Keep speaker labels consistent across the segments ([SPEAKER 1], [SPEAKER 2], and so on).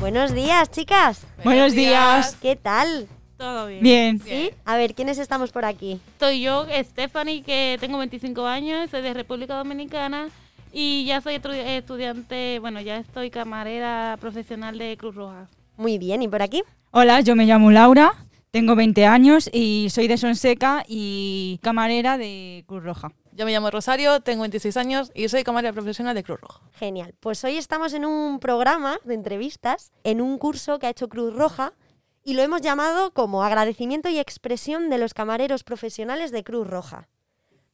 [SPEAKER 1] Buenos días, chicas.
[SPEAKER 2] Buenos días.
[SPEAKER 1] ¿Qué tal?
[SPEAKER 3] Todo bien.
[SPEAKER 2] Bien.
[SPEAKER 1] ¿Sí? A ver, ¿quiénes estamos por aquí?
[SPEAKER 3] Soy yo, Stephanie, que tengo 25 años, soy de República Dominicana y ya soy estru- estudiante, bueno, ya estoy camarera profesional de Cruz Roja.
[SPEAKER 1] Muy bien, ¿y por aquí?
[SPEAKER 2] Hola, yo me llamo Laura, tengo 20 años y soy de Sonseca y camarera de Cruz Roja.
[SPEAKER 4] Yo me llamo Rosario, tengo 26 años y soy camarera profesional de Cruz Roja.
[SPEAKER 1] Genial. Pues hoy estamos en un programa de entrevistas, en un curso que ha hecho Cruz Roja y lo hemos llamado como agradecimiento y expresión de los camareros profesionales de Cruz Roja.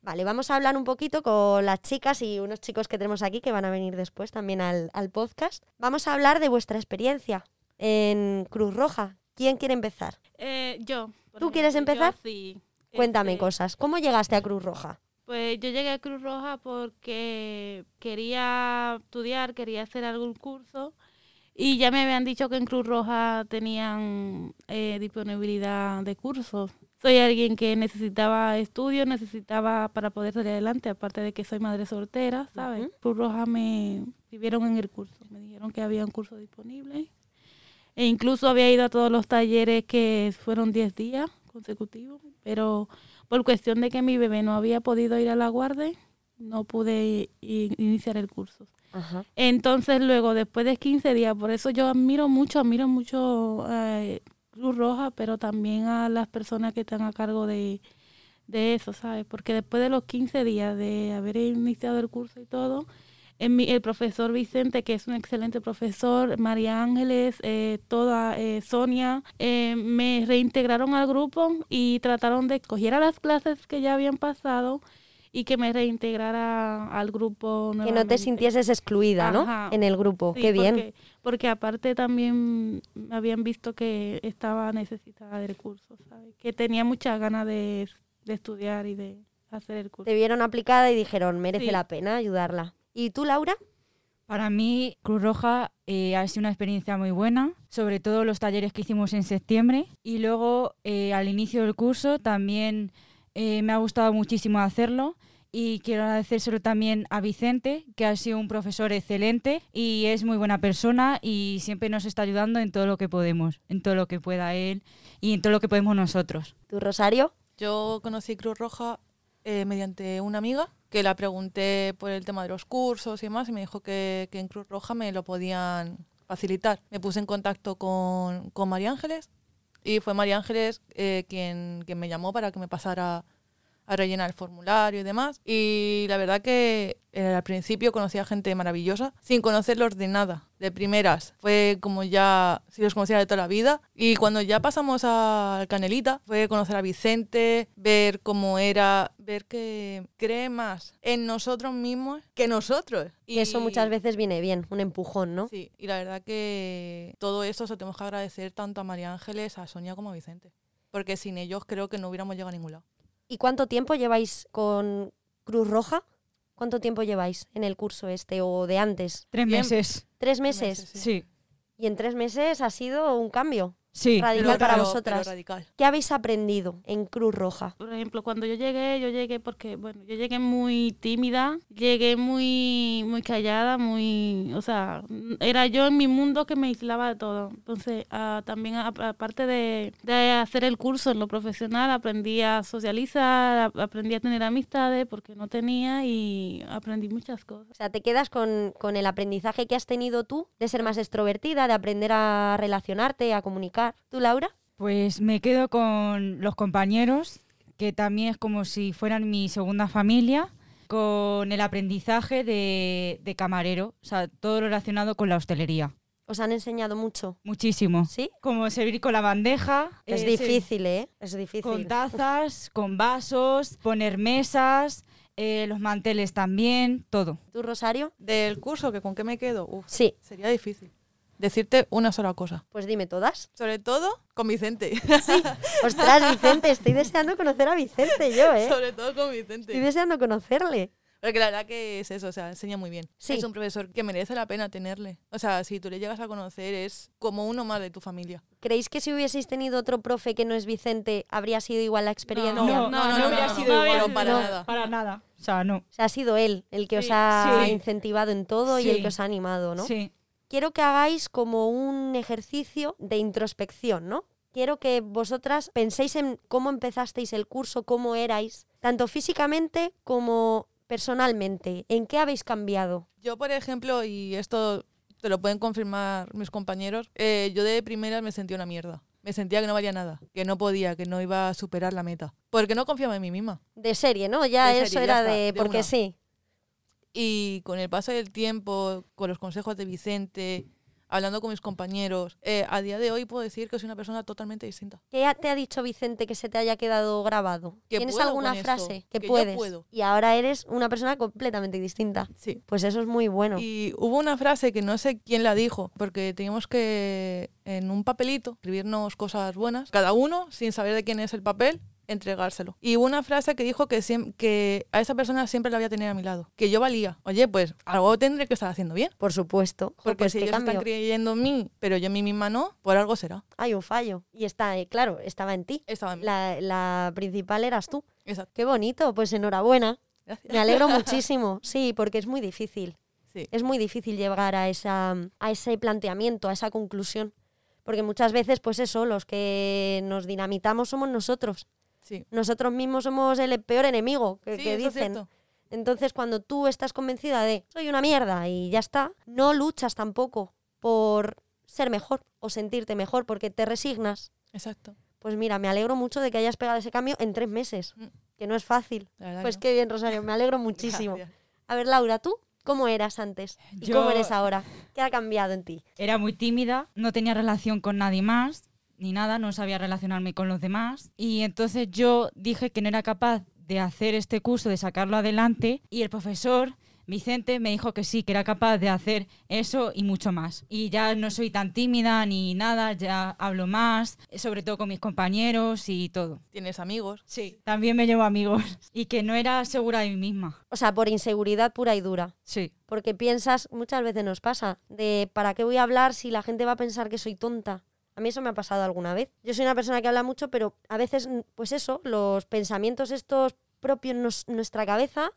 [SPEAKER 1] Vale, vamos a hablar un poquito con las chicas y unos chicos que tenemos aquí que van a venir después también al, al podcast. Vamos a hablar de vuestra experiencia en Cruz Roja. ¿Quién quiere empezar?
[SPEAKER 3] Eh, yo. por
[SPEAKER 1] ¿Tú quieres
[SPEAKER 3] yo
[SPEAKER 1] empezar?
[SPEAKER 3] sí.
[SPEAKER 1] Cuéntame
[SPEAKER 3] Este,
[SPEAKER 1] cosas. ¿Cómo llegaste a Cruz Roja?
[SPEAKER 3] Pues yo llegué a Cruz Roja porque quería estudiar, quería hacer algún curso y ya me habían dicho que en Cruz Roja tenían eh, disponibilidad de cursos. Soy alguien que necesitaba estudios, necesitaba para poder salir adelante, aparte de que soy madre soltera, ¿sabes?
[SPEAKER 1] Ujú.
[SPEAKER 3] Cruz Roja me vivieron en el curso, me dijeron que había un curso disponible e incluso había ido a todos los talleres que fueron 10 días consecutivos, pero por cuestión de que mi bebé no había podido ir a la guardia, no pude i- iniciar el curso.
[SPEAKER 1] Ajá.
[SPEAKER 3] Entonces luego, después de 15 días, por eso yo admiro mucho, admiro mucho a Cruz Roja, pero también a las personas que están a cargo de, de eso, ¿sabes? Porque después de los 15 días de haber iniciado el curso y todo, en mi- el profesor Vicente, que es un excelente profesor, María Ángeles, eh, toda eh, Sonia, eh, me reintegraron al grupo y trataron de que cogiera las clases que ya habían pasado y que me reintegrara al grupo.
[SPEAKER 1] Que no te
[SPEAKER 3] nuevamente.
[SPEAKER 1] sintieses excluida,
[SPEAKER 3] Ajá.
[SPEAKER 1] ¿no? En el grupo.
[SPEAKER 3] Sí,
[SPEAKER 1] Qué bien.
[SPEAKER 3] Porque, porque aparte también me habían visto que estaba necesitada del curso, ¿sabes? Que tenía muchas ganas de, de estudiar y de hacer el curso.
[SPEAKER 1] te vieron aplicada y dijeron, merece
[SPEAKER 3] Sí.
[SPEAKER 1] la pena ayudarla. ¿Y tú, Laura?
[SPEAKER 2] Para mí, Cruz Roja eh, ha sido una experiencia muy buena, sobre todo los talleres que hicimos en septiembre. Y luego, eh, al inicio del curso, también eh, me ha gustado muchísimo hacerlo. Y quiero agradecérselo también a Vicente, que ha sido un profesor excelente y es muy buena persona y siempre nos está ayudando en todo lo que podemos, en todo lo que pueda él y en todo lo que podemos nosotros.
[SPEAKER 1] ¿Tú, Rosario?
[SPEAKER 4] Yo conocí Cruz Roja eh, mediante una amiga que la pregunté por el tema de los cursos y demás y me dijo que, que en Cruz Roja me lo podían facilitar. Me puse en contacto con, con María Ángeles y fue María Ángeles eh, quien, quien me llamó para que me pasara a rellenar el formulario y demás. Y la verdad que eh, al principio conocí a gente maravillosa, sin conocerlos de nada, de primeras. Fue como ya, si los conociera de toda la vida. Y cuando ya pasamos al Canelita, fue conocer a Vicente, ver cómo era, ver que cree más en nosotros mismos que nosotros.
[SPEAKER 1] Y eso muchas veces viene bien, un empujón, ¿no?
[SPEAKER 4] Sí, y la verdad que todo eso se lo tenemos que agradecer tanto a María Ángeles, a Sonia como a Vicente. Porque sin ellos creo que no hubiéramos llegado a ningún lado.
[SPEAKER 1] ¿Y cuánto tiempo lleváis con Cruz Roja? ¿Cuánto tiempo lleváis en el curso este o de antes?
[SPEAKER 2] Tres
[SPEAKER 4] Bien.
[SPEAKER 2] meses.
[SPEAKER 1] ¿Tres meses?
[SPEAKER 4] meses,
[SPEAKER 2] Sí,
[SPEAKER 1] Y en tres meses ha sido un cambio
[SPEAKER 2] sí.
[SPEAKER 1] radical para
[SPEAKER 4] Pero-
[SPEAKER 1] vosotras.
[SPEAKER 4] pero radical.
[SPEAKER 1] ¿Qué habéis aprendido en Cruz Roja?
[SPEAKER 3] Por ejemplo, cuando yo llegué, yo llegué porque, bueno, yo llegué muy tímida, llegué muy, muy callada, muy, o sea, n- era yo en mi mundo que me aislaba de todo. Entonces, ah, también a- a- aparte de, de hacer el curso en lo profesional, aprendí a socializar, a- aprendí a tener amistades porque no tenía y aprendí muchas cosas.
[SPEAKER 1] O sea, te quedas con, con el aprendizaje que has tenido tú de ser más extrovertida, de aprender a relacionarte, a comunicar. ¿Tú, Laura?
[SPEAKER 2] Pues me quedo con los compañeros, que también es como si fueran mi segunda familia, con el aprendizaje de, de camarero, o sea, todo lo relacionado con la hostelería.
[SPEAKER 1] Os han enseñado mucho,
[SPEAKER 2] Muchísimo.
[SPEAKER 1] ¿sí?
[SPEAKER 2] Como servir con la bandeja.
[SPEAKER 1] Es
[SPEAKER 2] eh,
[SPEAKER 1] difícil, ¿eh? Es
[SPEAKER 2] sí,
[SPEAKER 1] difícil.
[SPEAKER 2] Con tazas, con vasos, poner mesas, eh, los manteles también, todo.
[SPEAKER 1] ¿Tú, Rosario?
[SPEAKER 4] Del curso, que con qué me quedo, Uf,
[SPEAKER 1] Sí.
[SPEAKER 4] sería difícil. Decirte una sola cosa.
[SPEAKER 1] Pues dime todas.
[SPEAKER 4] Sobre todo con Vicente.
[SPEAKER 1] Ostras, Vicente, estoy deseando conocer a Vicente yo, ¿eh?
[SPEAKER 4] Sobre todo con
[SPEAKER 1] Estoy
[SPEAKER 4] Vicente.
[SPEAKER 1] deseando conocerle.
[SPEAKER 4] Porque la verdad que es eso, o sea, enseña muy bien.
[SPEAKER 1] Sí.
[SPEAKER 4] Es un profesor que merece la pena tenerle. O sea, si tú le llegas a conocer, es como uno más de tu familia.
[SPEAKER 1] ¿Creéis que si hubieseis tenido otro profe que no es Vicente, habría sido igual la experiencia?
[SPEAKER 3] No, no, no, no,
[SPEAKER 2] habría
[SPEAKER 3] no,
[SPEAKER 2] sido
[SPEAKER 3] no
[SPEAKER 2] igual.
[SPEAKER 3] habría
[SPEAKER 4] sido para
[SPEAKER 2] No,
[SPEAKER 4] nada.
[SPEAKER 2] Para nada. O sea, no.
[SPEAKER 1] O sea, ha sido él el que os
[SPEAKER 3] Sí.
[SPEAKER 1] ha
[SPEAKER 2] Sí.
[SPEAKER 1] incentivado en todo y
[SPEAKER 2] Sí.
[SPEAKER 1] el que os ha animado, ¿no?
[SPEAKER 2] Sí.
[SPEAKER 1] quiero que hagáis como un ejercicio de introspección, ¿no? Quiero que vosotras penséis en cómo empezasteis el curso, cómo erais, tanto físicamente como personalmente, en qué habéis cambiado.
[SPEAKER 4] Yo, por ejemplo, y esto te lo pueden confirmar mis compañeros, eh, yo de primera me sentía una mierda. Me sentía que no valía nada, que no podía, que no iba a superar la meta. Porque no confiaba en mí misma.
[SPEAKER 1] De serie, ¿no? Ya
[SPEAKER 4] De
[SPEAKER 1] eso
[SPEAKER 4] serie,
[SPEAKER 1] era
[SPEAKER 4] ya está,
[SPEAKER 1] de
[SPEAKER 4] de
[SPEAKER 1] porque
[SPEAKER 4] una.
[SPEAKER 1] sí.
[SPEAKER 4] Y con el paso del tiempo, con los consejos de Vicente, hablando con mis compañeros, eh, a día de hoy puedo decir que soy una persona totalmente distinta.
[SPEAKER 1] ¿Qué ha- te ha dicho Vicente que se te haya quedado grabado?
[SPEAKER 4] Que
[SPEAKER 1] ¿Tienes
[SPEAKER 4] puedo
[SPEAKER 1] alguna
[SPEAKER 4] con esto,
[SPEAKER 1] frase que,
[SPEAKER 4] que yo
[SPEAKER 1] puedes?
[SPEAKER 4] puedo.
[SPEAKER 1] Y ahora eres una persona completamente distinta.
[SPEAKER 4] Sí.
[SPEAKER 1] Pues eso es muy bueno.
[SPEAKER 4] Y hubo una frase que no sé quién la dijo, porque teníamos que en un papelito escribirnos cosas buenas, cada uno, sin saber de quién es el papel, entregárselo. Y hubo una frase que dijo que, siem- que a esa persona siempre la voy a tener a mi lado, que yo valía. Oye, pues algo tendré que estar haciendo bien.
[SPEAKER 1] Por supuesto. Jo,
[SPEAKER 4] Porque
[SPEAKER 1] pues
[SPEAKER 4] si
[SPEAKER 1] qué
[SPEAKER 4] ellos están
[SPEAKER 1] cambio.
[SPEAKER 4] creyendo en mí, pero yo en mí misma no, por algo será.
[SPEAKER 1] Hay un fallo. Y está, eh, claro, estaba en ti.
[SPEAKER 4] Estaba en mí.
[SPEAKER 1] La, la principal eras tú.
[SPEAKER 4] Exacto.
[SPEAKER 1] Qué bonito, pues enhorabuena.
[SPEAKER 4] Gracias.
[SPEAKER 1] Me alegro muchísimo. Sí, porque es muy difícil.
[SPEAKER 4] Sí.
[SPEAKER 1] Es muy difícil llegar a, esa, a ese planteamiento, a esa conclusión. Porque muchas veces, pues eso, los que nos dinamitamos somos nosotros.
[SPEAKER 4] Sí.
[SPEAKER 1] nosotros mismos somos el peor enemigo que,
[SPEAKER 4] Sí,
[SPEAKER 1] que
[SPEAKER 4] eso es
[SPEAKER 1] dicen.
[SPEAKER 4] cierto.
[SPEAKER 1] Entonces, cuando tú estás convencida de soy una mierda y ya está, no luchas tampoco por ser mejor o sentirte mejor porque te resignas.
[SPEAKER 4] Exacto.
[SPEAKER 1] Pues mira, me alegro mucho de que hayas pegado ese cambio en tres meses,
[SPEAKER 4] Mm.
[SPEAKER 1] que no es fácil.
[SPEAKER 4] La verdad
[SPEAKER 1] Pues
[SPEAKER 4] que
[SPEAKER 1] qué bien, Rosario, me alegro muchísimo. A ver, Laura, ¿tú cómo eras antes? ¿Y
[SPEAKER 2] Yo-
[SPEAKER 1] cómo eres ahora? ¿Qué ha cambiado en ti?
[SPEAKER 2] Era muy tímida, no tenía relación con nadie más, ni nada, no sabía relacionarme con los demás. Y entonces yo dije que no era capaz de hacer este curso, de sacarlo adelante. Y el profesor, Vicente, me dijo que sí, que era capaz de hacer eso y mucho más. Y ya no soy tan tímida ni nada, ya hablo más, sobre todo con mis compañeros y todo.
[SPEAKER 4] Tienes amigos.
[SPEAKER 2] Sí. También me llevo amigos. Y que no era segura de mí misma.
[SPEAKER 1] O sea, por inseguridad pura y dura.
[SPEAKER 2] Sí.
[SPEAKER 1] Porque piensas, muchas veces nos pasa, de ¿para qué voy a hablar si la gente va a pensar que soy tonta? A mí eso me ha pasado alguna vez. Yo soy una persona que habla mucho, pero a veces, mm, pues eso, los pensamientos estos propios en nos- nuestra cabeza,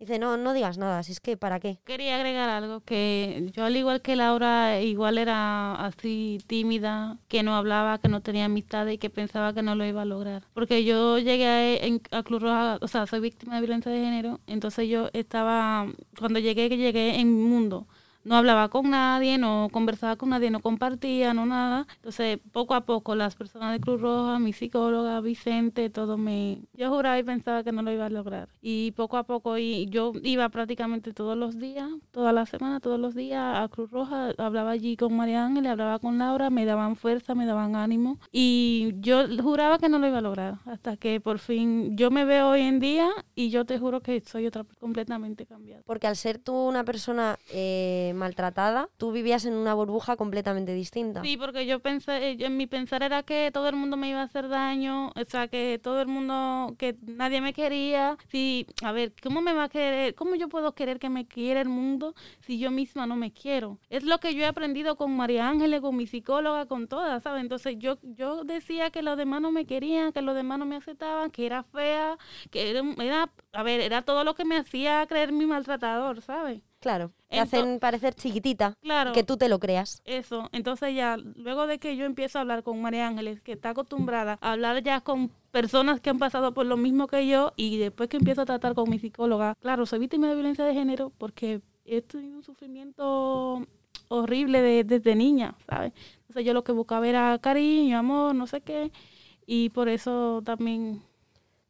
[SPEAKER 1] dice, no, no digas nada, si es que ¿para qué?
[SPEAKER 3] Quería agregar algo que yo al igual que Laura igual era así tímida, que no hablaba, que no tenía amistades y que pensaba que no lo iba a lograr. Porque yo llegué a, en- a Cruz Roja, o sea, soy víctima de violencia de género, entonces yo estaba, cuando llegué, que llegué en mi mundo. No hablaba con nadie, no conversaba con nadie, no compartía, no nada. Entonces, poco a poco, las personas de Cruz Roja, mi psicóloga, Vicente, todo me... Yo juraba y pensaba que no lo iba a lograr. Y poco a poco, y yo iba prácticamente todos los días, toda la semana, todos los días a Cruz Roja. Hablaba allí con María Ángel, hablaba con Laura, me daban fuerza, me daban ánimo. Y yo juraba que no lo iba a lograr. Hasta que por fin yo me veo hoy en día y yo te juro que soy otra completamente cambiada.
[SPEAKER 1] Porque al ser tú una persona eh, maltratada, tú vivías en una burbuja completamente distinta.
[SPEAKER 3] Sí, porque yo pensé, eh, yo- en mi pensar era que todo el mundo me iba a hacer daño, o sea, que todo el mundo, que nadie me quería. Sí, a ver, ¿cómo me va a querer? ¿Cómo yo puedo querer que me quiera el mundo si yo misma no me quiero? Es lo que yo he aprendido con María Ángeles, con mi psicóloga, con todas, ¿sabes? Entonces yo, yo decía que los demás no me querían, que los demás no me aceptaban, que era fea, que era, era a ver, era todo lo que me hacía creer mi maltratador, ¿sabes?
[SPEAKER 1] Claro, te
[SPEAKER 3] Ento-
[SPEAKER 1] hacen parecer chiquitita,
[SPEAKER 3] Claro.
[SPEAKER 1] que tú te lo creas.
[SPEAKER 3] Eso, entonces ya, luego de que yo empiezo a hablar con María Ángeles, que está acostumbrada a hablar ya con personas que han pasado por lo mismo que yo, y después que empiezo a tratar con mi psicóloga, claro, soy víctima de violencia de género porque he tenido un sufrimiento horrible de- desde niña, ¿sabes? Entonces yo lo que buscaba era cariño, amor, no sé qué, y por eso también...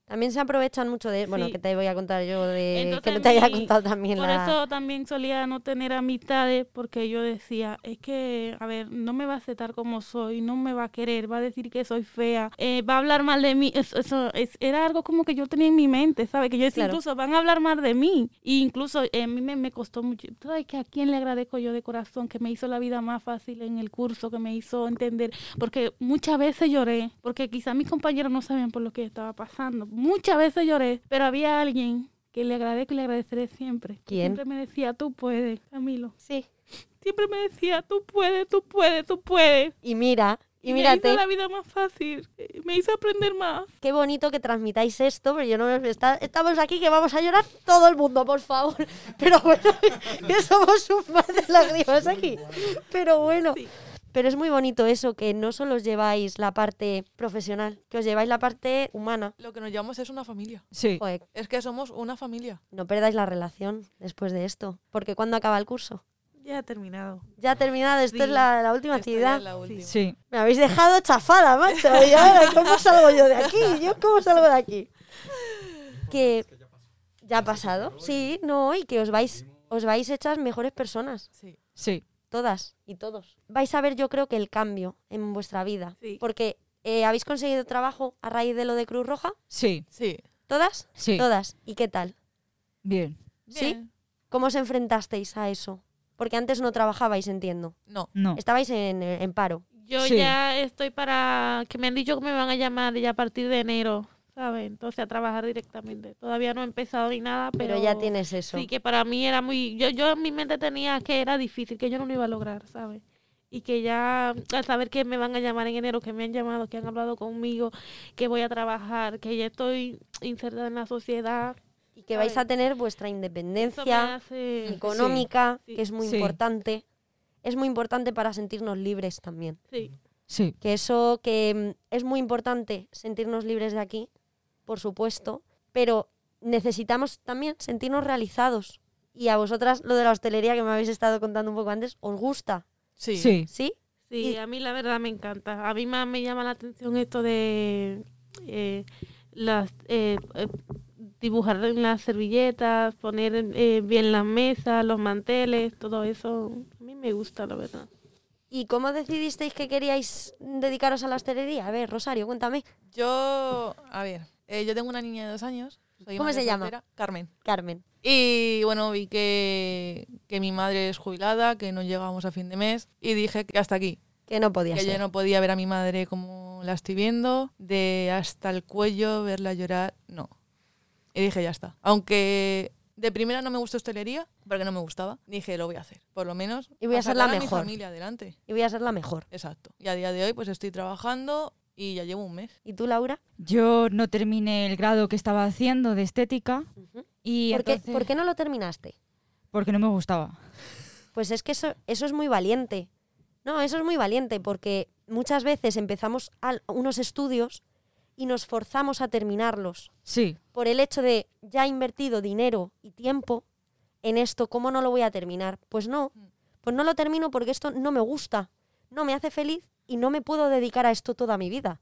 [SPEAKER 1] También se aprovechan mucho de, bueno,
[SPEAKER 3] Sí.
[SPEAKER 1] que te voy a contar yo de que
[SPEAKER 3] Entonces,
[SPEAKER 1] no te haya
[SPEAKER 3] mi-
[SPEAKER 1] contado también
[SPEAKER 3] Por
[SPEAKER 1] la
[SPEAKER 3] eso también solía no tener amistades porque yo decía, es que, a ver, no me va a aceptar como soy, no me va a querer, va a decir que soy fea, eh, va a hablar mal de mí. Eso, eso es- era algo como que yo tenía en mi mente, ¿sabes? Que yo decía,
[SPEAKER 1] Claro.
[SPEAKER 3] incluso van a hablar mal de mí. Y incluso eh, a mí me, me costó mucho. ¿Sabes que a quién le agradezco yo de corazón? Que me hizo la vida más fácil en el curso, que me hizo entender. Porque muchas veces lloré, porque quizás mis compañeros no sabían por lo que estaba pasando. Muchas veces lloré, pero había alguien que le agradezco y le agradeceré siempre.
[SPEAKER 1] ¿Quién?
[SPEAKER 3] Siempre me decía, tú puedes, Camilo.
[SPEAKER 1] Sí.
[SPEAKER 3] Siempre me decía, tú puedes, tú puedes, tú puedes.
[SPEAKER 1] Y mira, Y
[SPEAKER 3] Me
[SPEAKER 1] mírate,
[SPEAKER 3] hizo la vida más fácil. eh, Me hizo aprender más.
[SPEAKER 1] qué bonito que transmitáis esto, pero yo no me... está- estamos aquí que vamos a llorar todo el mundo, por favor. Pero bueno, que somos un mar de lágrimas aquí. Pero bueno. Pero es muy bonito eso, que no solo os lleváis la parte profesional, que os lleváis la parte humana.
[SPEAKER 4] Lo que nos llamamos es una familia.
[SPEAKER 2] Sí.
[SPEAKER 1] Joder,
[SPEAKER 4] Es que somos una familia.
[SPEAKER 1] no perdáis la relación después de esto, porque cuando acaba el curso.
[SPEAKER 3] Ya ha terminado.
[SPEAKER 1] Ya ha terminado, esta
[SPEAKER 3] Sí,
[SPEAKER 1] es la, la última
[SPEAKER 4] Esta ya
[SPEAKER 1] actividad.
[SPEAKER 4] es la última.
[SPEAKER 2] Sí.
[SPEAKER 1] Me habéis dejado chafada, macho. Y ahora, ¿cómo salgo yo de aquí? ¿Yo cómo salgo de aquí? Que ya ha pasado, sí, no, y que os vais, os vais hechas mejores personas,
[SPEAKER 4] Sí.
[SPEAKER 2] Sí.
[SPEAKER 1] todas y todos. Vais a ver, yo creo que el cambio en vuestra vida,
[SPEAKER 3] Sí.
[SPEAKER 1] porque eh, habéis conseguido trabajo a raíz de lo de Cruz Roja,
[SPEAKER 2] Sí.
[SPEAKER 4] Sí.
[SPEAKER 1] todas,
[SPEAKER 2] Sí.
[SPEAKER 1] todas. ¿Y qué tal?
[SPEAKER 2] Bien.
[SPEAKER 1] Sí.
[SPEAKER 4] Bien.
[SPEAKER 1] ¿Cómo os enfrentasteis a eso? Porque antes no trabajabais, entiendo.
[SPEAKER 4] No.
[SPEAKER 2] No.
[SPEAKER 1] Estabais en, en paro.
[SPEAKER 3] Yo
[SPEAKER 2] Sí.
[SPEAKER 3] ya estoy para que me han dicho que me van a llamar ya a partir de enero, ¿sabes? Entonces a trabajar directamente. Todavía no he empezado ni nada,
[SPEAKER 1] Pero,
[SPEAKER 3] pero,
[SPEAKER 1] ya tienes eso.
[SPEAKER 3] Sí, que para mí era muy yo yo en mi mente tenía que era difícil, que yo no lo iba a lograr, ¿sabes? Y que ya al saber que me van a llamar en enero, que me han llamado, que han hablado conmigo, que voy a trabajar, que ya estoy insertada en la sociedad,
[SPEAKER 1] y que vais
[SPEAKER 3] ¿sabes?
[SPEAKER 1] a tener vuestra
[SPEAKER 3] eso me
[SPEAKER 1] independencia.
[SPEAKER 3] hace
[SPEAKER 1] económica,
[SPEAKER 3] Sí.
[SPEAKER 1] que es muy
[SPEAKER 2] Sí.
[SPEAKER 1] importante. Es muy importante para sentirnos libres también.
[SPEAKER 3] sí,
[SPEAKER 2] Sí.
[SPEAKER 1] Que eso que mm, es muy importante sentirnos libres de aquí, por supuesto, pero necesitamos también sentirnos realizados. Y a vosotras lo de la hostelería que me habéis estado contando un poco antes, ¿os gusta?
[SPEAKER 4] Sí.
[SPEAKER 2] Sí.
[SPEAKER 1] ¿Sí?
[SPEAKER 3] Sí,
[SPEAKER 1] Y-
[SPEAKER 3] a mí la verdad me encanta. A mí más me llama la atención esto de eh, las eh, eh, dibujar en las servilletas, poner eh, bien las mesas, los manteles, todo eso. A mí me gusta, la verdad.
[SPEAKER 1] ¿Y cómo decidisteis que queríais dedicaros a la hostelería? A ver, Rosario, cuéntame.
[SPEAKER 4] Yo, a ver, eh, yo tengo una niña de dos años. soy
[SPEAKER 1] ¿Cómo
[SPEAKER 4] madre
[SPEAKER 1] se llama?
[SPEAKER 4] soltera, Carmen.
[SPEAKER 1] Carmen.
[SPEAKER 4] Y bueno, vi que, que mi madre es jubilada, que no llegábamos a fin de mes. Y dije que hasta aquí,
[SPEAKER 1] Que no podía
[SPEAKER 4] que yo
[SPEAKER 1] ser.
[SPEAKER 4] no podía ver a mi madre como la estoy viendo, de hasta el cuello, verla llorar, no. Y dije, ya está. Aunque de primera no me gustó hostelería, porque no me gustaba, dije, lo voy a hacer, por lo menos.
[SPEAKER 1] Y voy a ser la
[SPEAKER 4] sacar mi
[SPEAKER 1] mejor.
[SPEAKER 4] familia adelante.
[SPEAKER 1] Y voy a ser la mejor.
[SPEAKER 4] Exacto. Y a día de hoy, pues estoy trabajando y ya llevo un mes.
[SPEAKER 1] ¿Y tú, Laura?
[SPEAKER 2] Yo no terminé el grado que estaba haciendo de estética y
[SPEAKER 1] ¿Por qué-
[SPEAKER 2] entonces-
[SPEAKER 1] ¿Por qué no lo terminaste?
[SPEAKER 2] porque no me gustaba.
[SPEAKER 1] Pues es que eso, eso es muy valiente. No, eso es muy valiente porque muchas veces empezamos al- unos estudios y nos forzamos a terminarlos
[SPEAKER 2] Sí.
[SPEAKER 1] por el hecho de ya he invertido dinero y tiempo en esto, ¿cómo no lo voy a terminar? Pues no, pues no lo termino porque esto no me gusta, no me hace feliz y no me puedo dedicar a esto toda mi vida.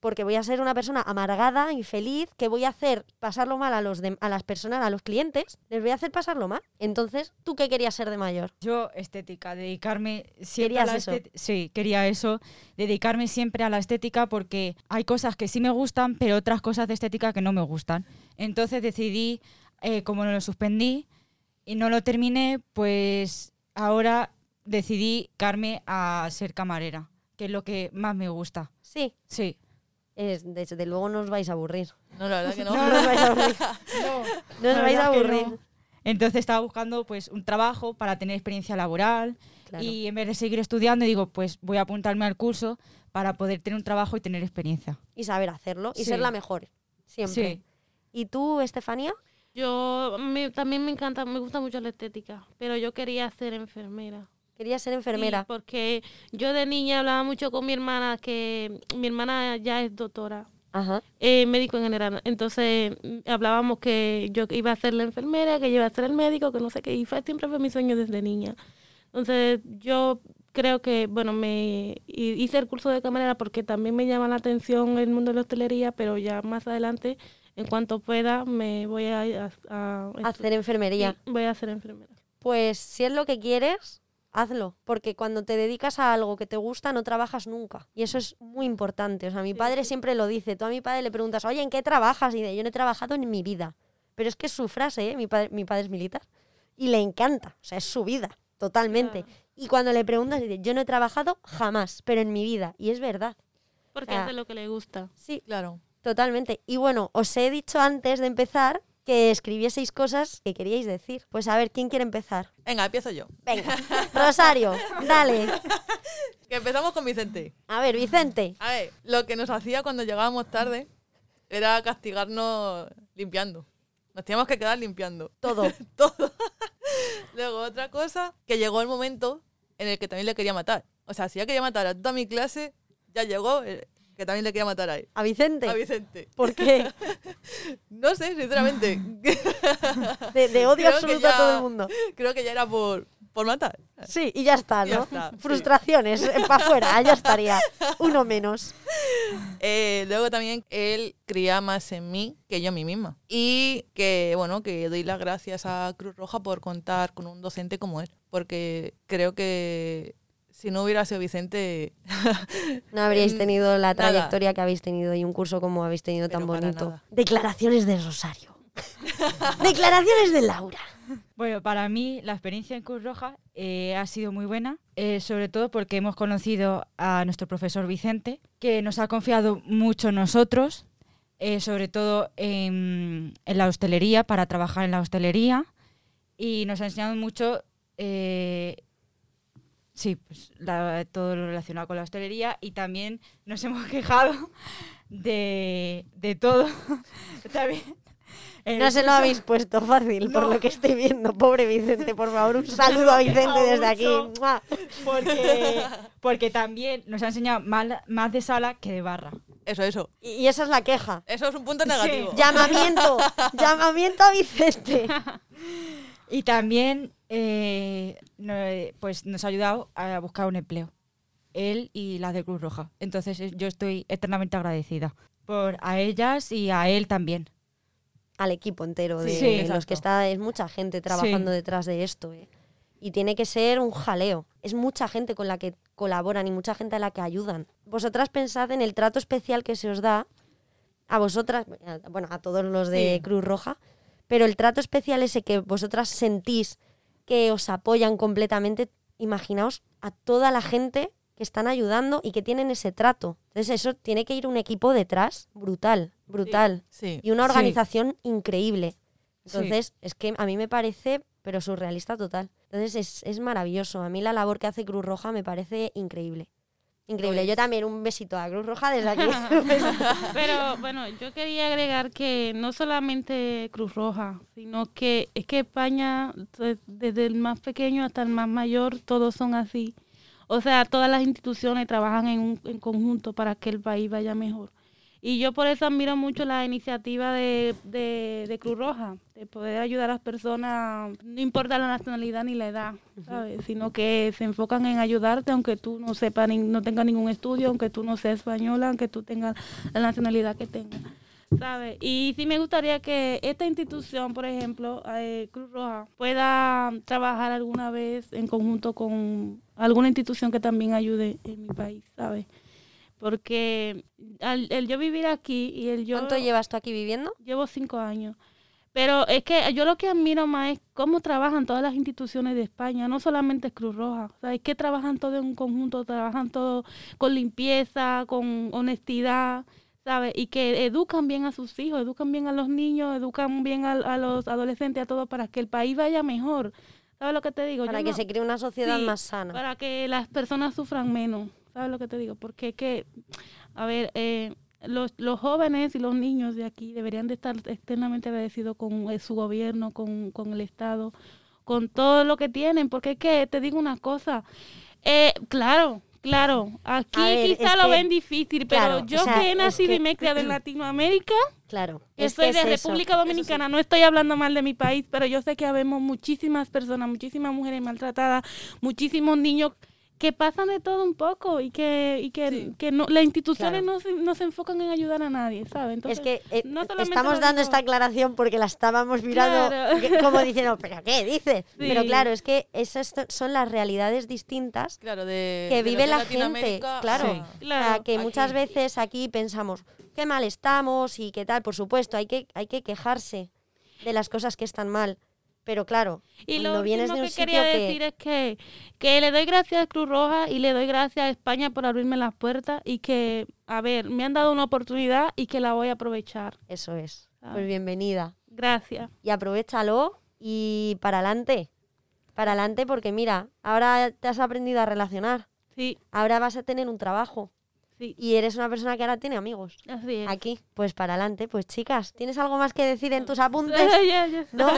[SPEAKER 1] Porque voy a ser una persona amargada, infeliz, que voy a hacer pasarlo mal a, los dem- a las personas, a los clientes, les voy a hacer pasarlo mal. Entonces, ¿tú qué querías ser de mayor?
[SPEAKER 2] Yo estética, dedicarme siempre a
[SPEAKER 1] ¿Querías
[SPEAKER 2] la
[SPEAKER 1] eso?
[SPEAKER 2] estet- Sí, quería eso, dedicarme siempre a la estética porque hay cosas que sí me gustan, pero otras cosas de estética que no me gustan. Entonces decidí, eh, como lo suspendí y no lo terminé, pues ahora decidí carme a ser camarera, que es lo que más me gusta.
[SPEAKER 1] Sí,
[SPEAKER 2] Sí.
[SPEAKER 1] es- desde luego no os vais a aburrir.
[SPEAKER 4] No, la verdad que
[SPEAKER 1] No, os vais a aburrir. No os
[SPEAKER 2] La
[SPEAKER 1] vais a
[SPEAKER 2] verdad que
[SPEAKER 1] aburrir.
[SPEAKER 2] no. Entonces estaba buscando pues un trabajo para tener experiencia laboral
[SPEAKER 1] Claro.
[SPEAKER 2] y en vez de seguir estudiando digo pues voy a apuntarme al curso para poder tener un trabajo y tener experiencia.
[SPEAKER 1] Y saber hacerlo y
[SPEAKER 2] Sí.
[SPEAKER 1] ser la mejor. Siempre.
[SPEAKER 2] Sí.
[SPEAKER 1] ¿Y tú, Estefanía?
[SPEAKER 3] Yo a mí también me encanta, me gusta mucho la estética, pero yo quería ser enfermera.
[SPEAKER 1] Querías ser
[SPEAKER 3] Sí,
[SPEAKER 1] enfermera.
[SPEAKER 2] pues,
[SPEAKER 3] porque yo de niña hablaba mucho con mi hermana, que mi hermana ya es doctora.
[SPEAKER 1] Ajá.
[SPEAKER 3] eh, médico en general. Entonces mm, hablábamos que yo iba a ser la enfermera, que yo iba a ser el médico, que no sé qué. Y fue, siempre fue mi sueño desde niña. Entonces yo creo que, bueno, me hi- hice el curso de camarera porque también me llama la atención el mundo de la hostelería, pero ya más adelante, en cuanto pueda, me voy a... a, a
[SPEAKER 2] pues
[SPEAKER 3] estu-
[SPEAKER 1] Hacer enfermería.
[SPEAKER 3] Sí, voy a ser enfermera.
[SPEAKER 1] Pues si es lo que quieres, hazlo. Porque cuando te dedicas a algo que te gusta, no trabajas nunca. Y eso es muy importante. O sea, mi padre siempre lo dice. Tú a mi padre le preguntas, oye, ¿en qué trabajas? Y dice, yo no he trabajado en mi vida. Pero es que es su frase, ¿eh? Mi padre, mi padre es militar. Y le encanta. O sea, es su vida, totalmente.
[SPEAKER 3] Claro.
[SPEAKER 1] Y cuando le preguntas, dice, yo no he trabajado jamás, pero en mi vida. Y es verdad.
[SPEAKER 3] Porque
[SPEAKER 1] Ah.
[SPEAKER 3] hace lo que le gusta.
[SPEAKER 1] Sí,
[SPEAKER 4] Claro.
[SPEAKER 1] Totalmente. Y bueno, os he dicho antes de empezar que escribieseis cosas que queríais decir. Pues a ver, ¿quién quiere empezar?
[SPEAKER 4] Venga, empiezo yo.
[SPEAKER 1] Venga, Rosario, dale.
[SPEAKER 4] Que empezamos con Vicente.
[SPEAKER 1] A ver, Vicente.
[SPEAKER 4] A ver, lo que nos hacía cuando llegábamos tarde era castigarnos limpiando. Nos teníamos que quedar limpiando.
[SPEAKER 1] Todo.
[SPEAKER 4] Todo. Luego otra cosa, que llegó el momento en el que también le quería matar. O sea, si ya quería matar a toda mi clase, ya llegó el que también le quería matar a él.
[SPEAKER 1] A Vicente.
[SPEAKER 4] A Vicente.
[SPEAKER 1] ¿Por qué?
[SPEAKER 4] No sé, sinceramente.
[SPEAKER 1] De, de odio
[SPEAKER 4] Creo que
[SPEAKER 1] absoluto a
[SPEAKER 4] ya-
[SPEAKER 1] todo el mundo.
[SPEAKER 4] Creo que ya era por, por matar.
[SPEAKER 1] Sí, y ya está, ¿no?
[SPEAKER 4] Ya está, sí.
[SPEAKER 1] Frustraciones, eh, para afuera, ya estaría. Uno menos.
[SPEAKER 4] Eh, luego también él creía más en mí que yo a mí misma. Y que, bueno, que doy las gracias a Cruz Roja por contar con un docente como él. Porque creo que si no hubiera sido Vicente,
[SPEAKER 1] No habríais
[SPEAKER 4] Mm,
[SPEAKER 1] tenido la
[SPEAKER 4] nada.
[SPEAKER 1] trayectoria que habéis tenido y un curso como habéis tenido tan
[SPEAKER 4] Pero para
[SPEAKER 1] bonito.
[SPEAKER 4] nada.
[SPEAKER 1] Declaraciones de Rosario. Declaraciones de Laura.
[SPEAKER 2] Bueno, para mí la experiencia en Cruz Roja eh, ha sido muy buena, eh, sobre todo porque hemos conocido a nuestro profesor Vicente, que nos ha confiado mucho en nosotros, eh, sobre todo en, en la hostelería, para trabajar en la hostelería, y nos ha enseñado mucho, eh, sí, pues, la- todo lo relacionado con la hostelería, y también nos hemos quejado de, de todo. también, eh,
[SPEAKER 1] No se lo habéis puesto fácil, por
[SPEAKER 2] No.
[SPEAKER 1] lo que estoy viendo. Pobre Vicente, por favor, un saludo a Vicente desde aquí.
[SPEAKER 2] Mucho.
[SPEAKER 1] ¡Mua!
[SPEAKER 2] Porque, porque también nos ha enseñado mal- más de sala que de barra.
[SPEAKER 4] eso, eso.
[SPEAKER 1] Y y esa es la queja.
[SPEAKER 4] Eso es un punto negativo.
[SPEAKER 1] Llamamiento, llamamiento a Vicente.
[SPEAKER 2] Y también eh, no- eh, pues nos ha ayudado a buscar un empleo. Él y las de Cruz Roja. Entonces eh, yo estoy eternamente agradecida por a ellas y a él también.
[SPEAKER 1] al equipo entero de
[SPEAKER 2] Sí,
[SPEAKER 1] los
[SPEAKER 4] exacto.
[SPEAKER 1] que está es mucha gente trabajando
[SPEAKER 2] Sí.
[SPEAKER 1] detrás de esto ¿eh? y tiene que ser un jaleo es mucha gente con la que colaboran y mucha gente a la que ayudan vosotras pensad en el trato especial que se os da a vosotras a- bueno a todos los de
[SPEAKER 4] Sí.
[SPEAKER 1] Cruz Roja pero el trato especial ese que vosotras sentís que os apoyan completamente imaginaos a toda la gente que están ayudando y que tienen ese trato entonces eso tiene que ir un equipo detrás brutal brutal
[SPEAKER 4] Sí.
[SPEAKER 1] y una
[SPEAKER 2] Sí.
[SPEAKER 1] organización increíble.
[SPEAKER 2] Sí.
[SPEAKER 1] Entonces, es que a mí me parece, pero surrealista total. Entonces, es, es maravilloso. A mí la labor que hace Cruz Roja me parece increíble. Increíble.
[SPEAKER 4] Pues-
[SPEAKER 1] Yo también un besito a Cruz Roja desde aquí.
[SPEAKER 3] Pero bueno, yo quería agregar que no solamente Cruz Roja, sino que es que España, de- desde el más pequeño hasta el más mayor, todos son así. O sea, todas las instituciones trabajan en, un- en conjunto para que el país vaya mejor. Y yo por eso admiro mucho la iniciativa de, de- de Cruz Roja, de poder ayudar a las personas, no importa la nacionalidad ni la edad, ¿sabes? sino que se enfocan en ayudarte aunque tú no sepas, ni- no tengas ningún estudio, aunque tú no seas española, aunque tú tengas la nacionalidad que tengas. ¿sabes? Y sí me gustaría que esta institución, por ejemplo, eh, Cruz Roja, pueda trabajar alguna vez en conjunto con alguna institución que también ayude en mi país, ¿sabes? Porque al- el yo vivir aquí y el yo...
[SPEAKER 1] ¿Cuánto llevas tú aquí viviendo?
[SPEAKER 3] Llevo cinco años. Pero es que yo lo que admiro más es cómo trabajan todas las instituciones de España, no solamente Cruz Roja. O sea, es que trabajan todo en un conjunto, trabajan todo con limpieza, con honestidad, ¿sabes? Y que educan bien a sus hijos, educan bien a los niños, educan bien a, a los adolescentes, a todos, para que el país vaya mejor. ¿Sabes lo que te digo?
[SPEAKER 1] Para
[SPEAKER 3] Yo
[SPEAKER 1] que
[SPEAKER 3] no-
[SPEAKER 1] se cree una sociedad
[SPEAKER 3] Sí,
[SPEAKER 1] más sana.
[SPEAKER 3] para que las personas sufran menos, ¿sabes lo que te digo? Porque es que, a ver, eh, los, los jóvenes y los niños de aquí deberían de estar externamente agradecidos con eh, su gobierno, con, con el Estado, con todo lo que tienen, porque es que, te digo una cosa, eh, claro. Claro, aquí
[SPEAKER 1] A ver,
[SPEAKER 3] quizá
[SPEAKER 1] es
[SPEAKER 3] lo
[SPEAKER 1] que-
[SPEAKER 3] ven difícil, pero
[SPEAKER 1] claro, o
[SPEAKER 3] yo
[SPEAKER 1] sea,
[SPEAKER 3] que he
[SPEAKER 1] es
[SPEAKER 3] nacido
[SPEAKER 1] que-
[SPEAKER 3] y me he criado en Latinoamérica,
[SPEAKER 1] Claro.
[SPEAKER 3] que
[SPEAKER 1] es
[SPEAKER 3] soy
[SPEAKER 1] que
[SPEAKER 3] de
[SPEAKER 1] es eso.
[SPEAKER 3] República Dominicana, no estoy hablando mal de mi país, pero yo sé que habemos muchísimas personas, muchísimas mujeres maltratadas, muchísimos niños que pasan de todo un poco y que, y que,
[SPEAKER 4] Sí.
[SPEAKER 3] que no, las instituciones
[SPEAKER 1] Claro.
[SPEAKER 3] no, se, no se enfocan en ayudar a nadie, ¿sabes? Entonces,
[SPEAKER 1] es que eh,
[SPEAKER 3] no solamente
[SPEAKER 1] estamos
[SPEAKER 3] lo
[SPEAKER 1] dando
[SPEAKER 3] digo-
[SPEAKER 1] esta aclaración porque la estábamos mirando
[SPEAKER 3] Claro.
[SPEAKER 1] que- como diciendo, ¿pero qué dices?
[SPEAKER 3] Sí.
[SPEAKER 1] Pero claro, es que esas son las realidades distintas
[SPEAKER 4] Claro, de,
[SPEAKER 1] que
[SPEAKER 4] de lo
[SPEAKER 1] vive
[SPEAKER 4] es
[SPEAKER 1] la gente,
[SPEAKER 4] Latinoamérica
[SPEAKER 1] claro.
[SPEAKER 4] a-
[SPEAKER 2] Sí.
[SPEAKER 1] O sea,
[SPEAKER 3] Claro.
[SPEAKER 1] ah, que muchas
[SPEAKER 4] aquí.
[SPEAKER 1] veces aquí pensamos, qué mal estamos y qué tal, por supuesto, hay que, hay que quejarse de las cosas que están mal. Pero claro,
[SPEAKER 3] Y
[SPEAKER 1] cuando
[SPEAKER 3] lo
[SPEAKER 1] vienes
[SPEAKER 3] último
[SPEAKER 1] de un
[SPEAKER 3] que
[SPEAKER 1] sitio
[SPEAKER 3] quería decir
[SPEAKER 1] que...
[SPEAKER 3] es que, que le doy gracias a Cruz Roja y le doy gracias a España por abrirme las puertas y que, a ver, me han dado una oportunidad y que la voy a aprovechar.
[SPEAKER 1] Eso es.
[SPEAKER 3] Ah.
[SPEAKER 1] Pues bienvenida.
[SPEAKER 3] Gracias.
[SPEAKER 1] y aprovechalo y para adelante. Para adelante porque mira, ahora te has aprendido a relacionar,
[SPEAKER 3] Sí,
[SPEAKER 1] ahora vas a tener un trabajo
[SPEAKER 3] sí,
[SPEAKER 1] y eres una persona que ahora tiene amigos.
[SPEAKER 3] así es.
[SPEAKER 1] Aquí, pues para adelante, pues chicas, ¿tienes algo más que decir en tus
[SPEAKER 3] Ya,
[SPEAKER 1] apuntes?
[SPEAKER 3] ya, ya está.
[SPEAKER 1] ¿No?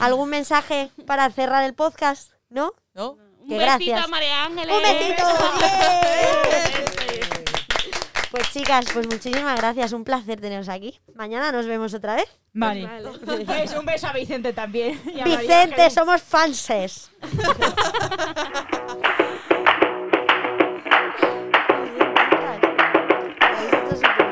[SPEAKER 1] ¿Algún mensaje para cerrar el podcast? ¿No?
[SPEAKER 4] ¿no?
[SPEAKER 3] Un
[SPEAKER 1] que
[SPEAKER 3] besito
[SPEAKER 1] gracias.
[SPEAKER 3] a María Ángeles. Eh,
[SPEAKER 1] ¡Un besito! ¡Bien! Pues chicas, pues muchísimas gracias, un placer teneros aquí. Mañana nos vemos otra vez.
[SPEAKER 2] Vale.
[SPEAKER 3] Vale.
[SPEAKER 2] Pues un beso a Vicente también. y a María
[SPEAKER 1] Vicente,
[SPEAKER 2] Ángeles.
[SPEAKER 1] somos fanses.